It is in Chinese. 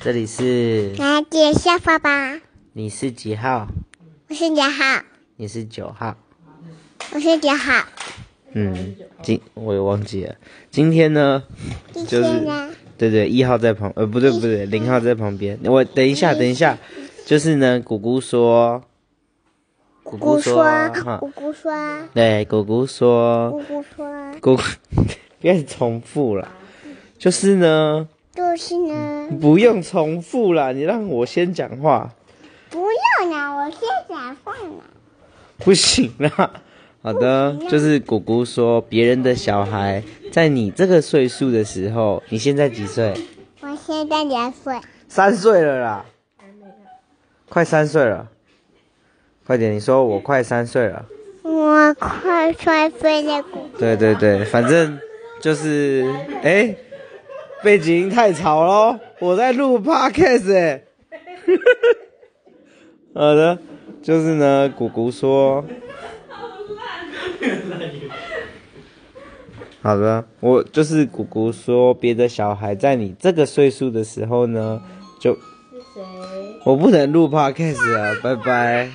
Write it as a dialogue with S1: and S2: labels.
S1: 这里是
S2: 来点下发吧。
S1: 你是几号？
S2: 我是你好，
S1: 你是九号？
S2: 我是你好。
S1: 嗯，今我也忘记了。今天呢，
S2: 今
S1: 就是
S2: 天呢，
S1: 对对，一号在旁，呃，不对不对，零号在旁边。我等一下，等一下，就是呢，姑姑说，姑
S2: 姑
S1: 说，
S2: 说，
S1: 哈
S2: 姑，姑说，
S1: 对，姑姑说，
S2: 姑姑说，
S1: 姑 姑，不要重复了，就是呢，
S2: 就是呢，
S1: 不用重复啦，你让我先讲话，
S2: 不要呢，我先讲话呢。
S1: 不行啦。好的，就是姑姑说，别人的小孩在你这个岁数的时候，你现在几岁？
S2: 我现在两岁，
S1: 三岁了啦，快三岁了，快点，你说我快三岁了。
S2: 我快摔碎了骨。
S1: 对对对，反正就是，哎、背景音太吵喽，我在录 podcast 哎、好的，就是呢，姑姑说，好的，我就是姑姑说，别的小孩在你这个岁数的时候呢，就，我不能录 podcast 啊，拜拜。